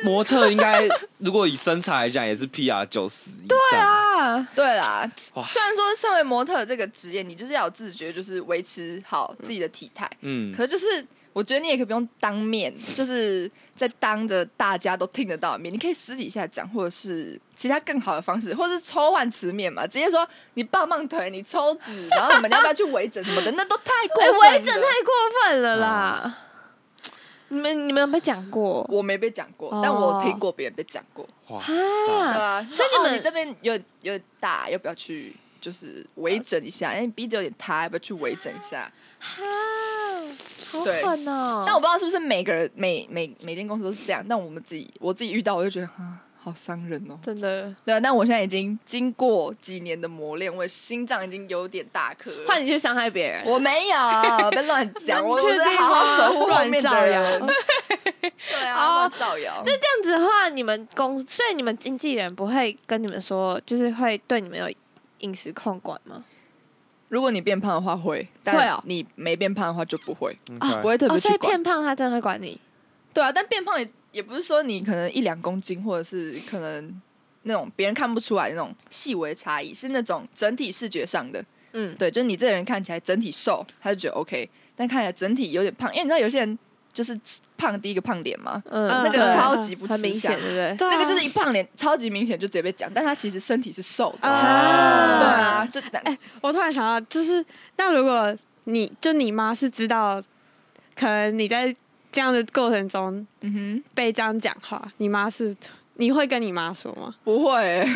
S3: 模特应该，如果以身材来讲，也是 PR 九十以上。对啊，
S1: 啊，
S4: 对啦，
S3: 哇
S4: 虽然说身为模特这个职业，你就是要有自觉，就是维持好自己的体态。
S3: 嗯，
S4: 可是就是，我觉得你也可以不用当面，就是在当着大家都听得到的面，你可以私底下讲，或者是其他更好的方式，或者是抽换词面嘛，直接说你棒棒腿，你抽脂，然后你们要不要去微整什么的，那都太过
S1: 哎，
S4: 分了。
S1: 微整太过分了啦！你们你们有没有讲过？
S4: 我没被讲过，
S1: 哦
S4: 但我听过别人被讲过，
S3: 哇
S4: 对
S3: 塞，
S4: 啊，
S1: 所以你
S4: 说哦
S1: 们
S4: 这边有有点大，要不要去就是微整一下？哎，你鼻子有点塌，要不要去微整一下？
S1: 啊，好
S4: 对
S1: 狠哦
S4: 但我不知道是不是每个人每每每间公司都是这样，但我们自己我自己遇到，我就觉得啊，好伤人哦。
S2: 真的
S4: 对啊，但我现在已经经过几年的磨练，我的心脏已经有点大颗了。
S1: 换你去伤害别人，
S4: 我没有，别乱 讲，我我
S2: 确
S4: 在
S2: 定
S4: 好好
S2: 吗
S4: 守护后面的
S2: 乱
S4: 人
S2: 造。
S4: 对啊，
S1: 啊哦
S4: 乱造谣。
S1: 那这样子的话，你们公所以你们经纪人不会跟你们说，就是会对你们有饮食控管吗？
S4: 如果你变胖的话会，
S1: 会
S4: 但
S1: 哦
S4: 你没变胖的话就不会，
S3: OK
S4: 不会特
S1: 哦，
S4: 别
S1: 所
S4: 去
S1: 以
S4: 管。
S1: 变胖他真的会管你。
S4: 对啊，但变胖也也不是说你可能一两公斤，或者是可能那种别人看不出来的那种细微差异，是那种整体视觉上的。
S1: 嗯，
S4: 对，就是你这个人看起来整体瘦，他就觉得 OK，但看起来整体有点胖，因为你知道有些人就是胖第一个胖脸嘛，
S1: 嗯，
S4: 那个
S1: 对
S4: 超级不
S1: 很
S4: 吃
S1: 明
S4: 香
S1: 显，对不对？
S2: 对啊
S4: 那个就是一胖脸，超级明显就直接被讲，但他其实身体是瘦的。
S2: 嗯
S3: 啊
S4: 对啊，就
S2: 我突然想到，就是那如果你就你妈是知道，可能你在这样的过程中
S4: 嗯哼，
S2: 被这样讲话，你妈是你会跟你妈说吗？
S4: 不会欸、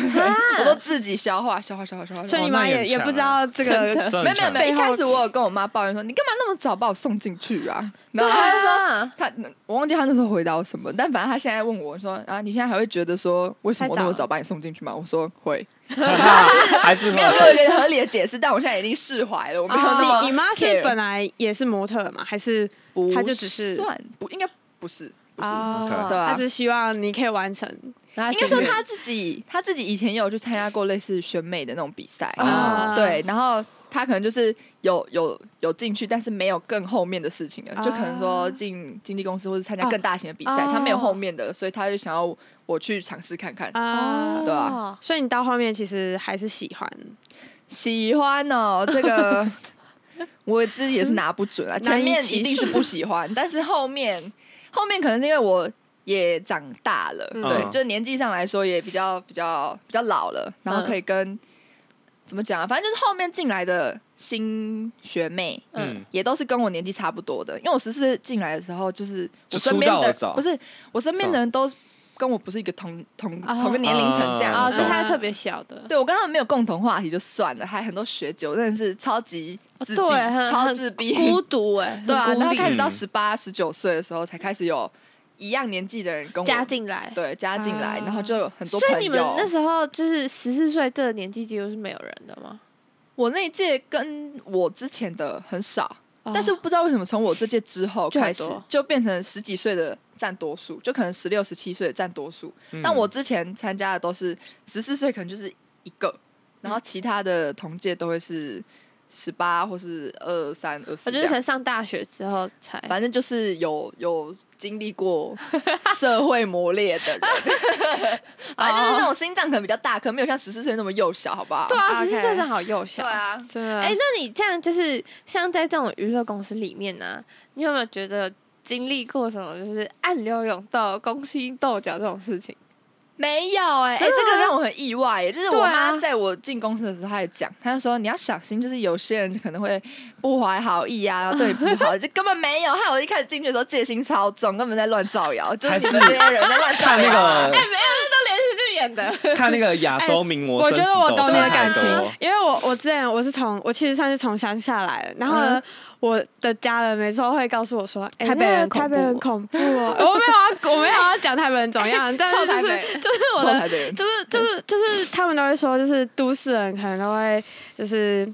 S4: 我都自己消化，消化，消化，消化。
S2: 所以你
S3: 那
S2: 妈
S3: 也
S2: 也
S3: 很
S2: 也
S4: 啊
S3: 强
S2: 不知道 这
S1: 真
S2: 个哦
S1: 的
S3: 真
S4: 没
S3: 的很
S4: 有没有
S3: 强
S4: 没有，一开始我有跟我妈抱怨说，你干嘛那么早把我送进去啊？然后她就说，
S1: 说，
S4: 他我忘记他那时候回答我什么，但反正他现在问我说啊，你现在还会觉得说为什么我那么
S1: 太早
S4: 早把你送进去吗？我说会，
S3: 还是嗯
S4: 没有给我一个合理的解释，但我现在已经释怀了，我没有那
S1: 哦
S4: 么
S2: 你你妈是
S4: care
S2: 本来也是模特嘛，还是
S4: 不
S2: 她就只是
S4: 算不应该不是不
S1: 哦
S4: 是，
S2: 啊
S4: 对啊
S2: 她只希望你可以完成
S1: 应
S4: 应该说他自己他自己以前也有去参加过类似选美的那种比赛，
S3: 啊
S4: 对，然后他可能就是有有有进去，但是没有更后面的事情了，就可能说进经纪公司或者参加更大型的比赛，
S2: 啊哦
S4: 他没有后面的，所以他就想要我去尝试看看。
S2: 啊
S4: 对。啊
S1: 啊，
S2: 所以你到后面其实还是喜欢，
S4: 喜欢哦，这个我自己也是拿不准啊。前
S2: 难以
S4: 面
S2: 启
S4: 一定是不喜欢，但是后面后面可能是因为我也长大了，
S2: 嗯
S4: 对，
S3: 嗯
S4: 就年纪上来说也比较比较比较老了，然后可以跟、怎么讲啊？反正就是后面进来的新学妹，
S3: 嗯
S4: 也都是跟我年纪差不多的，因为我十四岁进来的时候，就是我
S3: 就
S4: 身
S3: 出
S4: 边
S3: 道
S4: 的
S3: 了早
S4: 不是我身边的人都跟我不是一个同同
S1: 啊
S4: 同个年龄层这样，
S1: 哦，
S3: 啊
S1: 就
S4: 对
S1: 是他特别小的，
S4: 对我跟他们没有共同话题就算了，还很多学姐，我真的是超级自闭，
S1: 哦对，很
S4: 超
S1: 很
S4: 自闭，
S1: 孤独哎，
S4: 对啊。
S1: 很孤
S4: 然后
S1: 立
S4: 开始到
S3: 嗯
S4: 十八、十九岁的时候，才开始有一样年纪的人跟我
S1: 加进来，
S4: 对加进来，
S2: 啊
S4: 然后就有很多
S1: 所
S4: 朋友。
S1: 以你们那时候就是十四岁这个年纪，几乎是没有人的吗？
S4: 我那一届跟我之前的很少，
S1: 哦
S4: 但是不知道为什么从我这届之后
S1: 就很
S4: 开始
S1: 多，
S4: 就变成十几岁的占多数，就可能十六、十七岁的占多数。
S3: 嗯
S4: 但我之前参加的都是十四岁，可能就是一个，然后其他的同届都会是十八或是二三、二
S1: 我
S4: 四
S1: 觉
S4: 这
S1: 得可
S4: 样。
S1: 能上大学之后才，
S4: 反正就是有有经历 过社会磨练 的人，反正就是那种心脏可能比较大，可能没有像十四岁那么幼小，好不好？
S1: 对啊，
S2: OK
S1: 十四岁真的好幼小。
S4: 对，啊，
S2: 真的。
S1: 哎、那你这样就是像在这种娱乐公司里面呢、啊你有没有觉得经历过什么就是暗流涌动、勾心斗角这种事情？
S4: 没有哎、欸，哎、
S1: 真的
S4: 这个
S1: 吗
S4: 让我很意外、欸，就是我
S1: 对
S4: 妈
S1: 啊
S4: 在我进公司的时候，她也讲，她就说你要小心，就是有些人可能会不怀好意啊，然后对你 不好，就根本没有。害我一开始进去的时候戒心超重，根本在乱造谣，就是你们
S3: 还
S4: 这
S3: 是
S4: 些人在乱造
S3: 看那
S4: 谣啊。
S3: 个
S1: 是演的，
S3: 看那个亚洲名模
S4: 哎
S2: 我
S3: 生
S2: 觉
S3: 死斗
S2: 得
S3: 太多，
S2: 我懂你的
S1: 太
S2: 感
S1: 多
S2: 情，因为我我之前我是从我其实算是从乡下来的，然后呢，我的家人每次都会告诉我说，哎、
S4: 嗯台北人
S2: 那个台北人恐
S4: 恐
S2: 怖哦，我没有要我没有要讲台北人怎么样，但是
S1: 臭
S2: 就
S1: 台
S2: 是
S1: 北
S2: 就是我
S4: 臭
S2: 的
S4: 哎台北人，
S2: 就是就是就是他们都会说，就是都市人可能都会就是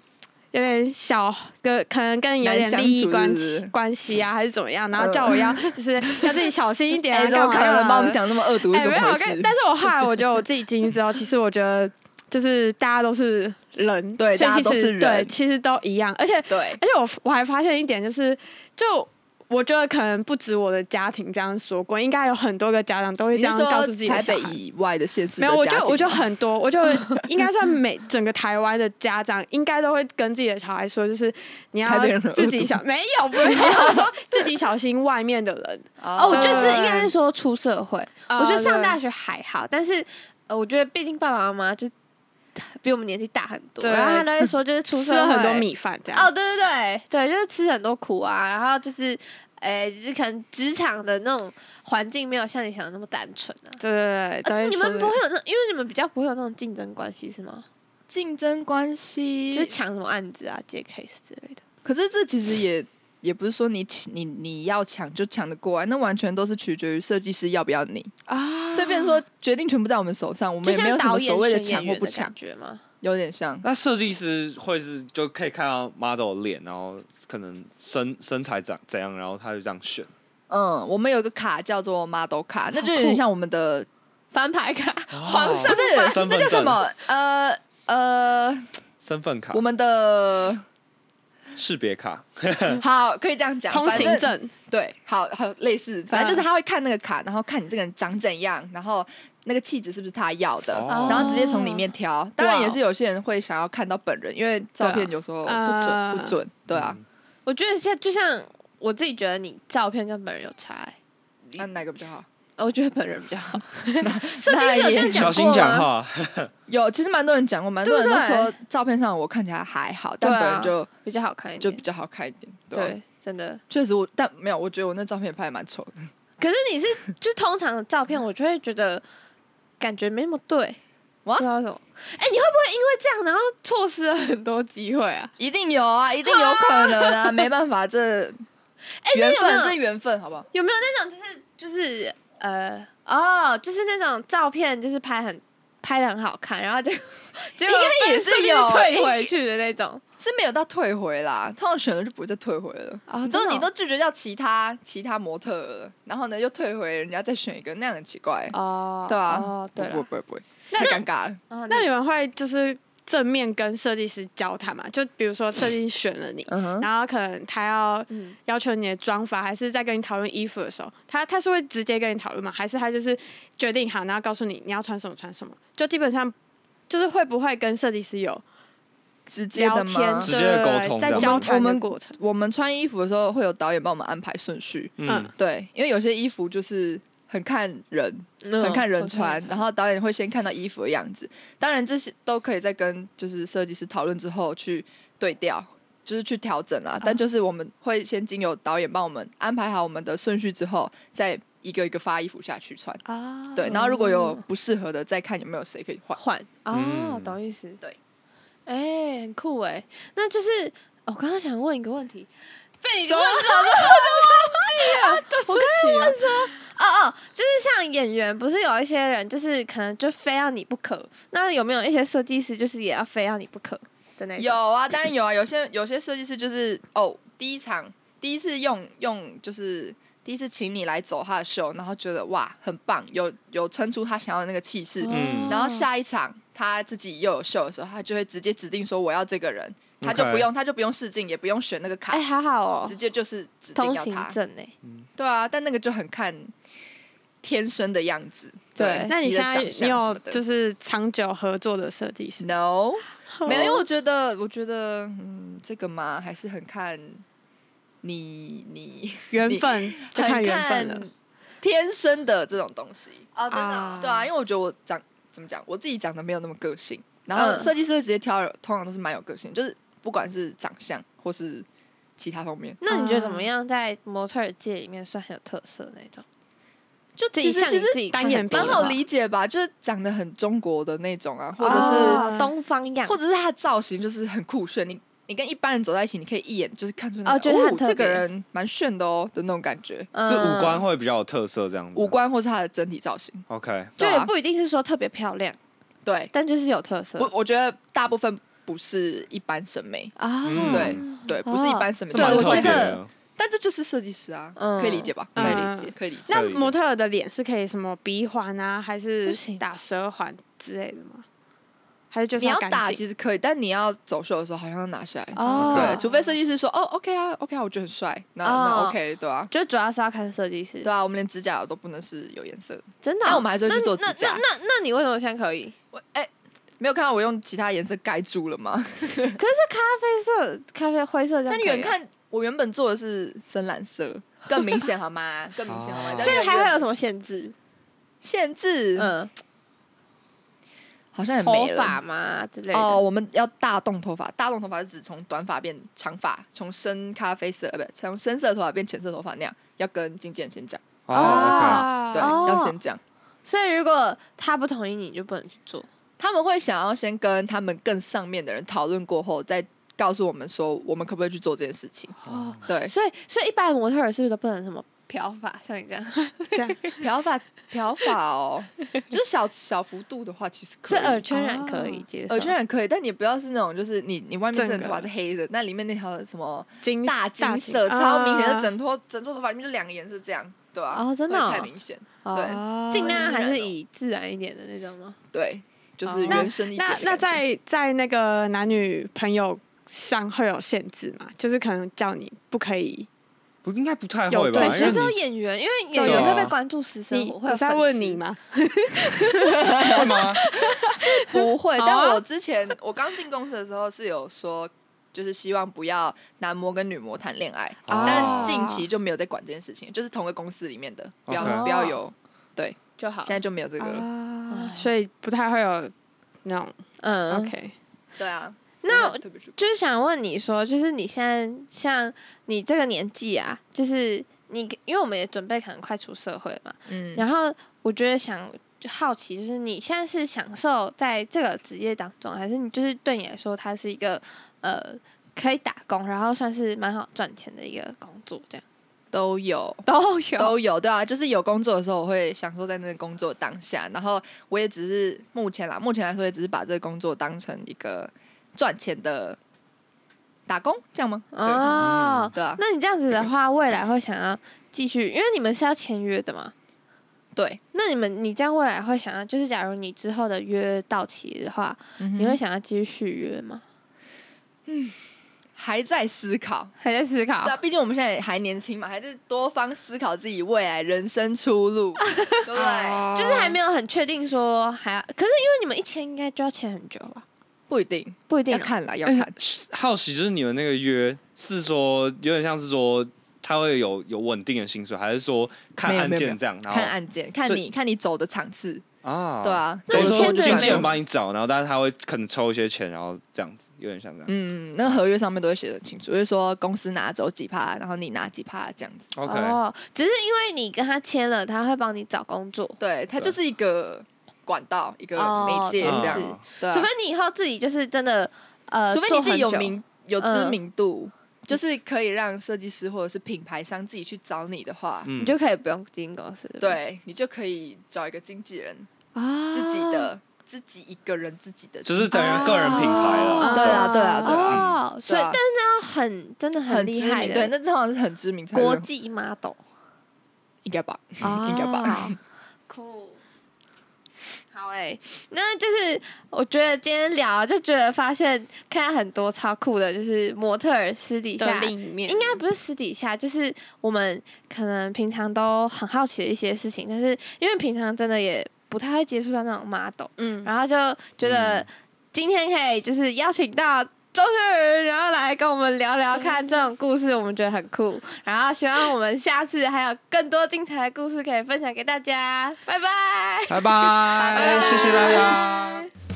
S2: 有点小跟可能跟你有点利益关
S4: 难相处是不是嗯
S2: 关系啊，还是怎么样，然后叫我要就是要自己小心一点
S4: 哎、
S2: 啊，
S4: 怎
S2: 干
S4: 么
S2: 嘛
S4: 可能
S2: 干
S4: 把我
S2: 嘛
S4: 们
S2: 的。
S4: 讲得那么恶毒？是
S2: 哎，
S4: 怎
S2: 没
S4: 么
S2: 有，
S4: 回
S2: 跟
S4: 事？
S2: 但是我后来我觉得我自己经历之后，其实我觉得就是大家都是人，
S4: 对
S2: 所以
S4: 大家
S2: 其
S4: 都
S2: 实
S4: 是人
S2: 对，其实都一样，而且
S4: 对，
S2: 而且我我还发现一点就是，就。我觉得可能不止我的家庭这样说过，应该有很多个家长都会
S4: 你
S2: 这
S4: 是
S2: 样告
S4: 说
S2: 诉自己的
S4: 台
S2: 小
S4: 北
S2: 孩。
S4: 以外的县市
S2: 没
S4: 的
S2: 有，我
S4: 家
S2: 就
S4: 庭
S2: 我就
S4: 吗哦
S2: 很多，我就应该算每整个台湾的家长应该都会跟自己的小孩说，就是你要
S4: 台北人很恶
S2: 自己
S4: 毒
S2: 小， 没有不是我说自己小心外面的 人。
S1: 哦，我
S2: 对
S1: 就
S2: 对
S1: 是
S2: 对
S1: 应该是说出社会，
S4: 哦
S1: 我觉得上大学
S2: 学
S1: 还好，但是呃，我觉得毕竟爸爸妈妈就比我们年纪大很多，
S2: 对
S1: 然后他都会说就是出
S2: 吃
S1: 社
S2: 了
S1: 会
S2: 很多米饭这样。
S4: 啊
S1: 哦，对对对对，就是吃很多苦啊，然后就是，诶，就是可能职场的那种环境没有像你想的那么单纯啊。
S2: 对对对
S1: 呃
S2: 对，
S1: 你们不
S2: 会
S1: 会有那，因为你们比较不会有那种竞争关系是吗？
S4: 竞争关系，
S1: 就是抢什么案子啊、接 case 之类的。
S4: 可是这其实也也不是说你抢你你要抢就抢得过来，啊那完全都是取决于设计师要不要你。
S1: 啊
S4: 所以，变成说决定全部在我们手上，我
S1: 就
S4: 们也没
S1: 像
S4: 有什么
S1: 导演
S4: 所谓的
S1: 选演
S4: 抢或
S1: 员
S4: 不
S1: 的
S4: 抢
S1: 感，觉吗？
S4: 有点像。
S3: 那设计师会是就可以看到 model 的脸，然后可能身身材怎怎样，然后他就这样选。
S4: 嗯，我们有一个卡叫做 model 卡，那就有
S1: 好
S4: 点
S1: 酷
S4: 像我们的
S1: 翻牌卡，
S4: 哦
S1: 皇上
S4: 不是
S3: 身份
S4: 那
S3: 证
S4: 叫什么？呃呃，
S3: 身份卡
S4: 我、们的
S3: 识别卡，
S1: 嗯
S4: 好可以这样讲，
S2: 通
S4: 反
S2: 行
S4: 正
S2: 证，
S4: 对，好好类似，反
S2: 嗯
S4: 正就是他会看那个卡，然后看你这个人长怎样，然后那个气质是不是他要的，
S3: 哦
S4: 然后直接从里面挑。当然也
S1: 哦
S4: 是有些人会想要看到本人，因为照片有时候不准、
S2: 啊
S4: 不
S1: 嗯
S4: 准，对啊。
S3: 嗯
S1: 我觉得像就像我自己觉得你照片跟本人有差、欸
S4: 那、哪个比较好？
S1: 我觉得本人比较好。
S4: 设
S1: 计师有这样
S3: 小
S1: 讲
S3: 心
S1: 过吗
S3: 讲话。
S4: 有，其实蛮多人讲过，蛮多人
S1: 对
S4: 都
S1: 不对
S4: 说照片上我看起来还好，但
S1: 对啊
S4: 本人就、
S1: 比较好看一
S4: 就
S1: 点，
S4: 比较好看一点。对啊
S1: 对，真的。
S4: 确实我，但没有，我觉得我那照片也拍得蛮丑的。
S1: 可是你是 就通常的照片，我就会觉得感觉没那么对，
S4: 哇
S2: 啊
S1: 不知道为什么。哎、你会不会因为这样，然后错失了很多机会啊？
S4: 一定有 啊，一定有可能啊， 没办法，这
S1: 哎那
S4: 缘
S1: 有没
S4: 分，
S1: 有
S4: 这缘分，好不好？
S1: 有没有那种就是就是呃哦，就是那种照片就是拍很拍的很好看，然后就结果
S4: 应该也是有
S1: 发现是退回去的那种。
S4: 是没有到退回啦，通常选了就不会再退回了。
S1: 啊
S4: 你
S1: 真
S4: 都
S1: 的哦
S4: 你都拒绝掉其他其他模特了，然后呢又退回，人家再选一个，那样很奇怪。
S1: 哦，
S4: 对啊，
S1: 哦，对
S4: 不
S1: 了，
S4: 不会不会，
S2: 那
S4: 太尴尬了。
S1: 哦
S2: 那你们会就是正面跟设计师交谈嘛？就比如说设计师选了你，
S4: 嗯哼，
S2: 然后可能他要
S1: 嗯
S2: 要求你的妆法，还是在跟你讨论衣服的时候，他他是会直接跟你讨论吗？还是他就是决定好，然后告诉你你要穿什么穿什么？就基本上就是会不会跟设计师有
S4: 直接
S2: 聊
S4: 的
S2: 天
S4: 吗？
S3: 直接的沟
S2: 对
S3: 通
S2: 在
S3: 这样
S2: 交
S3: 吗
S2: 谈
S4: 我
S2: 的
S4: 们
S2: 过程？
S4: 我们穿衣服的时候会有导演帮我们安排顺序，
S3: 嗯，
S4: 对，因为有些衣服就是很看人，
S1: 嗯
S4: 很看人穿，然后导演会先看到衣服的样子。当然这些都可以再跟就是设计师讨论之后去对调，就是去调整啊。但就是我们会先经由导演帮我们安排好我们的顺序之后，再一个一个发衣服下去穿。
S1: 啊
S4: 对，然后如果有不适合的，再看有没有谁可以换。
S1: 换哦，
S3: 嗯
S1: 懂意思。
S4: 对，
S1: 哎、很酷哎、那就是哦我刚刚想问一个问题，被你
S2: 什
S1: 问
S2: 么
S1: 走了，
S2: 我跟问
S1: 哦哦，就是像演员，不是有一些人就是可能就非要你不可，那有没有一些设计师就是也要非要你不可的那种？哦
S4: 有 啊，当然有啊，有些有些设计师就是哦，第一场第一次用用就是。第一次请你来走他的秀，然后觉得哇很棒，有有撑出他想要的那个气势，
S2: 哦
S3: 嗯
S4: 然后下一场他自己又有秀的时候，他就会直接指定说我要这个人，他
S3: OK
S4: 就不用他就不用试镜，也不用选那个卡
S1: 哎、，还好哦
S4: 直，接就是指定
S1: 通
S4: 要
S1: 行
S4: 他。
S1: 证哎、
S4: 对啊，但那个就很看天生的样子。
S1: 对
S2: 那你
S4: 的
S2: 现在
S4: 长相
S2: 你
S4: 什么
S2: 有
S4: 的
S2: 就是长久合作的设计师？
S4: no 没有？因为
S1: 哦
S4: 我觉得，我觉得，嗯，这个嘛，还是很看你 你
S2: 缘分，就看缘分了。，
S4: 天生的这种东西。
S1: 哦，
S2: 真的哦
S4: 对啊，因为我觉得我长怎么讲，我自己长得没有那么个性，然后
S1: 嗯
S4: 设计师会直接挑人，通常都是蛮有个性，就是不管是长相或是其他方面，
S1: 那你觉得怎
S3: 啊
S1: 么样，在模特儿界里面算很有特色的那种？
S4: 就
S1: 自己
S4: 其实
S1: 像
S4: 其
S1: 你
S4: 实
S1: 自己
S2: 单
S1: 看
S2: 眼
S1: 很
S2: 皮
S1: 多
S4: 蛮
S2: 的
S4: 好
S1: 话
S4: 理解吧，就是长得很中国的那种啊，或者是
S1: 哦东方样
S4: 或者是他的造型就是很酷炫，你你跟一般人走在一起，你可以一眼就是看出那
S1: 哦
S4: 个
S1: 觉得他
S4: 哦
S1: 很特
S4: 这个
S1: 别
S4: 人蛮炫的哦的那种感觉，
S1: 嗯
S3: 是五官会比较有特色这样子。
S4: 五官或是他的整体造型，
S3: OK，
S1: 就
S4: 对
S1: 也
S4: 啊
S1: 不一定是说特别漂亮，
S4: 对
S1: 但就是有特色哦
S4: 我我觉得大部分不是一般审美。
S1: 啊
S3: 嗯
S4: 对对，不是一般审美。
S3: 这
S4: 对，
S3: 蛮
S4: 我
S3: 特
S4: 觉
S3: 别
S4: 得
S3: 的。
S4: 但这就是设计师啊，
S1: 嗯
S4: 可以理解吧？可
S2: 嗯
S4: 以理解，可以理解。
S2: 那模特儿的脸是可以什么鼻环啊，还
S1: 不
S2: 是
S1: 行
S2: 打舌环之类的吗？还是就是
S4: 你要
S2: 干
S4: 打
S2: 净
S4: 其实可以，但你要走秀的时候好像要拿下来。
S1: 哦
S4: 对，除非设计师说哦，OK 啊，OK 啊，我觉得很帅，那
S1: 哦
S4: 那 OK，对啊，
S1: 就主要是要看设计师
S4: 对，啊，我们连指甲油都不能是有颜色的。
S1: 真的哦。
S4: 那我们还是会去做指
S1: 那那
S4: 甲
S1: 那。那那你为什么现在可以？
S4: 我哎，没有看到我用其他颜色盖住了吗？
S1: 可是咖啡色、咖啡灰色这样，啊
S4: 那你远，看，我原本做的是深蓝色， 更明显好吗？更明显好吗？
S3: 哦
S4: 但
S1: 所以
S4: 远
S1: 还会
S4: 远
S1: 有什么限制？
S4: 限制，
S1: 嗯，
S4: 好像也
S1: 头
S4: 没了
S1: 发嘛之类的。
S4: 哦，，我们要大动头发，大动头发是指从短发变长发，从深咖啡色，呃，不，从深色头发变浅色头发那样，要跟经纪人先讲，
S3: 哦
S4: 对，
S1: 哦
S4: 要先讲。
S1: 所以如果他不同意你，就不能去做。
S4: 他们会想要先跟他们更上面的人讨论过后，再告诉我们说，我们可不可以去做这件事情？
S1: 哦，
S4: 对，
S1: 所以所以一般的模特儿是不是都不能什么漂发，像你这样，
S2: 这样
S4: 漂发漂发哦，就是小小幅度的话，其实可
S1: 所
S4: 以
S1: 以耳圈染可以
S2: 哦
S1: 接受，
S4: 耳圈染可以，但你不要是那种就是你你外面整个头发
S2: 整个
S4: 是黑的，那里面那条什么
S2: 金
S4: 大金色超明显的，
S2: 啊
S4: 整坨整坨头发里面就两个颜色这样，对吧、
S1: 哦真的哦
S4: 会太明显，
S1: 哦，
S2: 哦
S1: 尽量还
S4: 染
S1: 是
S4: 哦
S1: 以自然一点的那种吗？
S4: 对，就是
S2: 哦
S4: 原生一点的
S2: 那
S4: 感觉。
S2: 那在在那个男女朋友上会有限制吗？就是可能叫你不可以，
S3: 不应该不太
S2: 有
S3: 会吧？
S1: 对，
S2: 对
S3: 啊因
S1: 其
S3: 为
S1: 实只
S3: 你
S1: 有演员，因为演
S2: 对
S1: 员
S3: 啊
S1: 会被关注私生
S2: 你
S1: 活，会
S2: 我
S1: 有
S2: 是在
S1: 粉
S2: 问
S1: 丝
S2: 你吗？
S3: 会 吗？
S4: 不 会，
S2: 好啊
S4: 但我之前我刚进公司的时候是有说，就是希望不要男模跟女模谈恋爱，
S3: 哦
S4: 但近期就没有在管这件事情，就是同个公司里面的，不要
S3: OK
S4: 不要有，
S1: 就好
S4: 现。在就没有这个
S1: 哦
S4: 了。
S2: 啊，所以不太会有那种
S1: 嗯
S2: OK。
S4: 对啊，
S1: 那
S4: 没有特别去
S1: 就是想问你说，就是你现在像你这个年纪啊，就是你，因为我们也准备可能快出社会了嘛，
S4: 嗯，
S1: 然后我觉得想就好奇，就是你现在是享受在这个职业当中，还是你就是对你来说，它是一个呃可以打工，然后算是蛮好赚钱的一个工作，这样
S4: 都有。
S1: 都有
S4: 都有对啊，就是有工作的时候，我会享受在那个工作当下。然后我也只是目前啦，目前来说也只是把这个工作当成一个赚钱的打工，这样吗？对
S1: 哦。
S4: 对啊，
S1: 那你这样子的话，未来会想要继续，因为你们是要签约的嘛？
S4: 对，
S1: 那你们，你这样未来会想要，就是假如你之后的约到期的话，
S4: 嗯你
S1: 你会想要继续续约 吗？
S4: 还在思考，
S1: 还在思考
S4: 对啊，毕竟我们现在也还年轻嘛，还是多方思考自己未来人生出路，对不 对？
S2: 哦
S1: 就是还没有很确定说还要，可是因为你们一签应该就要签很久吧？
S4: 不一定，
S1: 不一定
S4: 要
S1: 哦、
S4: 看啦，要看。
S3: 好奇就是你们那个约是说有点像是说他会有有稳定的薪水，还是说看
S4: 没有
S3: 案
S4: 没有没
S3: 件
S4: 有
S3: 这样？然后
S4: 看案件，看
S3: 所以
S4: 你看你走的场次，
S3: 啊，
S4: 对，啊。
S1: 那
S3: 等于
S1: 你
S4: 就是
S3: 说
S1: 签的
S3: 经
S1: 也
S3: 纪
S1: 没有
S3: 人帮你找，然后但是他会可能抽一些钱，然后这样子，有点像这样。
S4: 嗯，那合约上面都会写的很清楚，就是说公司拿走几趴，然后你拿几趴这样子。
S3: OK，
S1: 哦，只是因为你跟他签了，他会帮你找工作，
S4: 对，它就是一个管道，一个
S1: 哦
S4: 媒介
S1: 嗯
S4: 这样。
S1: 是
S3: 啊
S4: 对啊，
S1: 除非你以后自己就是真的呃，
S4: 除非你自己有
S1: 做很久嗯
S4: 名有知名度，就是可以让设计师或者是品牌商自己去找你的话，
S3: 嗯
S1: 你就可以不用经纪公司。不，
S4: 对你就可以找一个经纪人
S1: 哦
S2: 啊
S4: 自己的自己一个人自己的，
S3: 就是等于个人品牌了。
S1: 哦
S4: 啊对啊对啊对啊
S1: 哦，所以
S4: 对啊
S1: 但是那要很真的
S4: 很
S1: 厉
S4: 知
S1: 害
S4: 名，对，
S1: 的
S4: 那通常是很知名才
S1: 国
S4: 能
S1: 际 model
S4: 应该吧，
S1: 啊
S4: 应该吧。
S1: 酷。好哎、那就是我觉得今天聊就觉得发现看到很多超酷的，就是模特儿私底
S2: 的
S1: 下
S2: 另一面，
S1: 应该不是私底下，就是我们可能平常都很好奇的一些事情，但是因为平常真的也不太会接触到那种 model，
S2: 嗯，
S1: 然后就觉得
S3: 嗯
S1: 今天可以就是邀请到周学云，然后来跟我们聊聊看这种故事，我们觉得很酷。然后希望我们下次还有更多精彩的故事可以分享给大家，拜拜。
S3: 哎拜拜，谢谢大家。